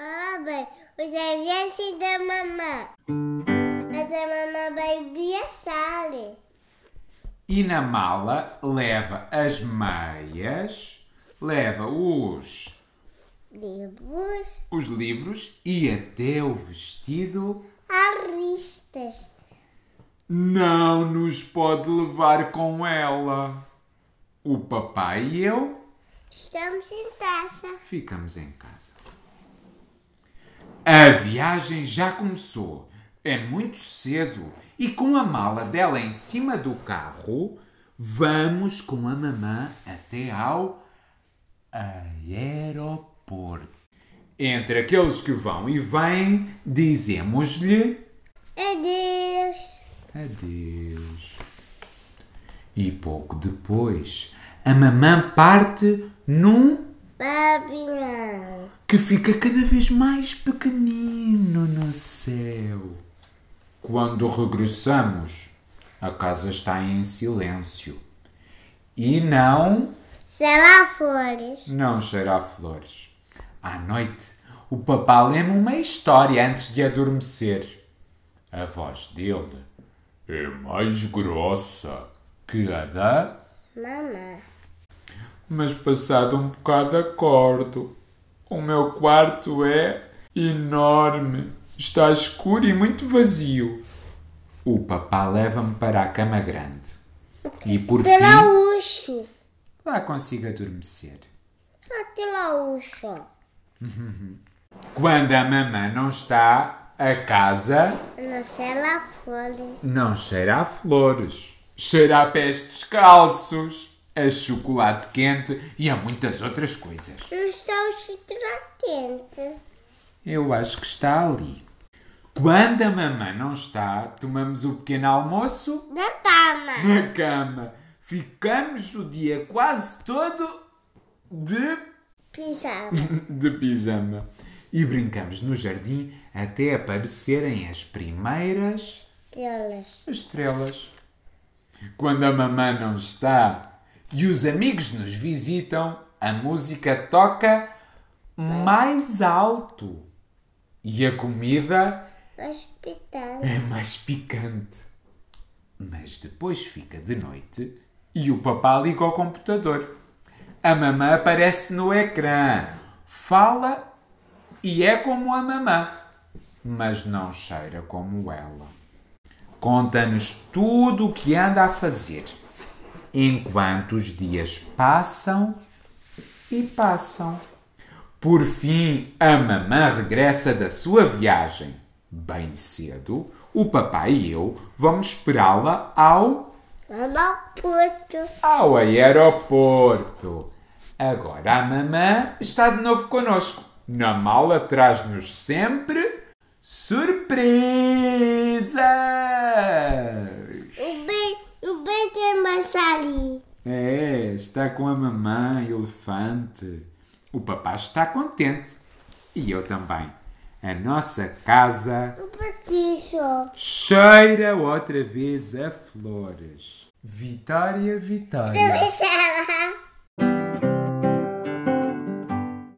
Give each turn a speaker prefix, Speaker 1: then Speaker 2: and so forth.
Speaker 1: mamãe, os aliados da mamãe. Mas a mamãe vai viajar.
Speaker 2: E na mala leva as meias, leva os,
Speaker 1: Livros,
Speaker 2: os livros e até o vestido.
Speaker 1: arristas.
Speaker 2: Não nos pode levar com ela. O papai e eu
Speaker 1: Estamos em taça.
Speaker 2: ficamos em casa. A viagem já começou. É muito cedo e com a mala dela em cima do carro, vamos com a mamã até ao aeroporto. Entre aqueles que vão e vêm, dizemos-lhe
Speaker 1: Adeus.
Speaker 2: Adeus. E pouco depois, a mamã parte num
Speaker 1: Babylon.
Speaker 2: que fica cada vez mais pequenino no céu. Quando regressamos, a casa está em silêncio. E não,
Speaker 1: Será flores.
Speaker 2: não cheira a flores. À noite, o papá lembra uma história antes de adormecer. A voz dele é mais grossa que a da
Speaker 1: Mamãe.
Speaker 2: mas passado um bocado acordo. O meu quarto é enorme, está escuro e muito vazio. O papá leva-me para a cama grande e por fim
Speaker 1: Telaúcho.
Speaker 2: lá consigo adormecer.
Speaker 1: Ah, telaúcho.
Speaker 2: Quando a mamã não está, a casa
Speaker 1: Não será flores.
Speaker 2: não cheira a flores, cheira a pés descalços, a chocolate quente e a muitas outras coisas.
Speaker 1: Não estamos tratando.
Speaker 2: Eu acho que está ali. Quando a mamã não está, tomamos o pequeno almoço
Speaker 1: Da tama.
Speaker 2: na cama. Ficamos o dia quase todo de,
Speaker 1: Pisar.
Speaker 2: de pijama. E brincamos no jardim até aparecerem as primeiras
Speaker 1: Estrelas.
Speaker 2: estrelas. Quando a mamã não está e os amigos nos visitam, a música toca mais alto e a comida
Speaker 1: Hospital.
Speaker 2: é mais picante. Mas depois fica de noite e o papá liga ao computador. A mamã aparece no ecrã, fala e é como a mamã, mas não cheira como ela. Conta-nos tudo o que anda a fazer, enquanto os dias passam e passam. Por fim, a mamã regressa da sua viagem. Bem cedo, o papai e eu vamos esperá-la ao,
Speaker 1: Mamão puto.
Speaker 2: ao aeroporto. Agora a mamã está de novo connosco. Na mala traz-nos sempre surpresas!
Speaker 1: O bem, o bem tem mais ali.
Speaker 2: É, está com a mamãe, elefante. O papá está contente. E eu também. A nossa casa
Speaker 1: O petiço.
Speaker 2: cheira outra vez a flores. é Vitória, Vitória.
Speaker 1: Estava.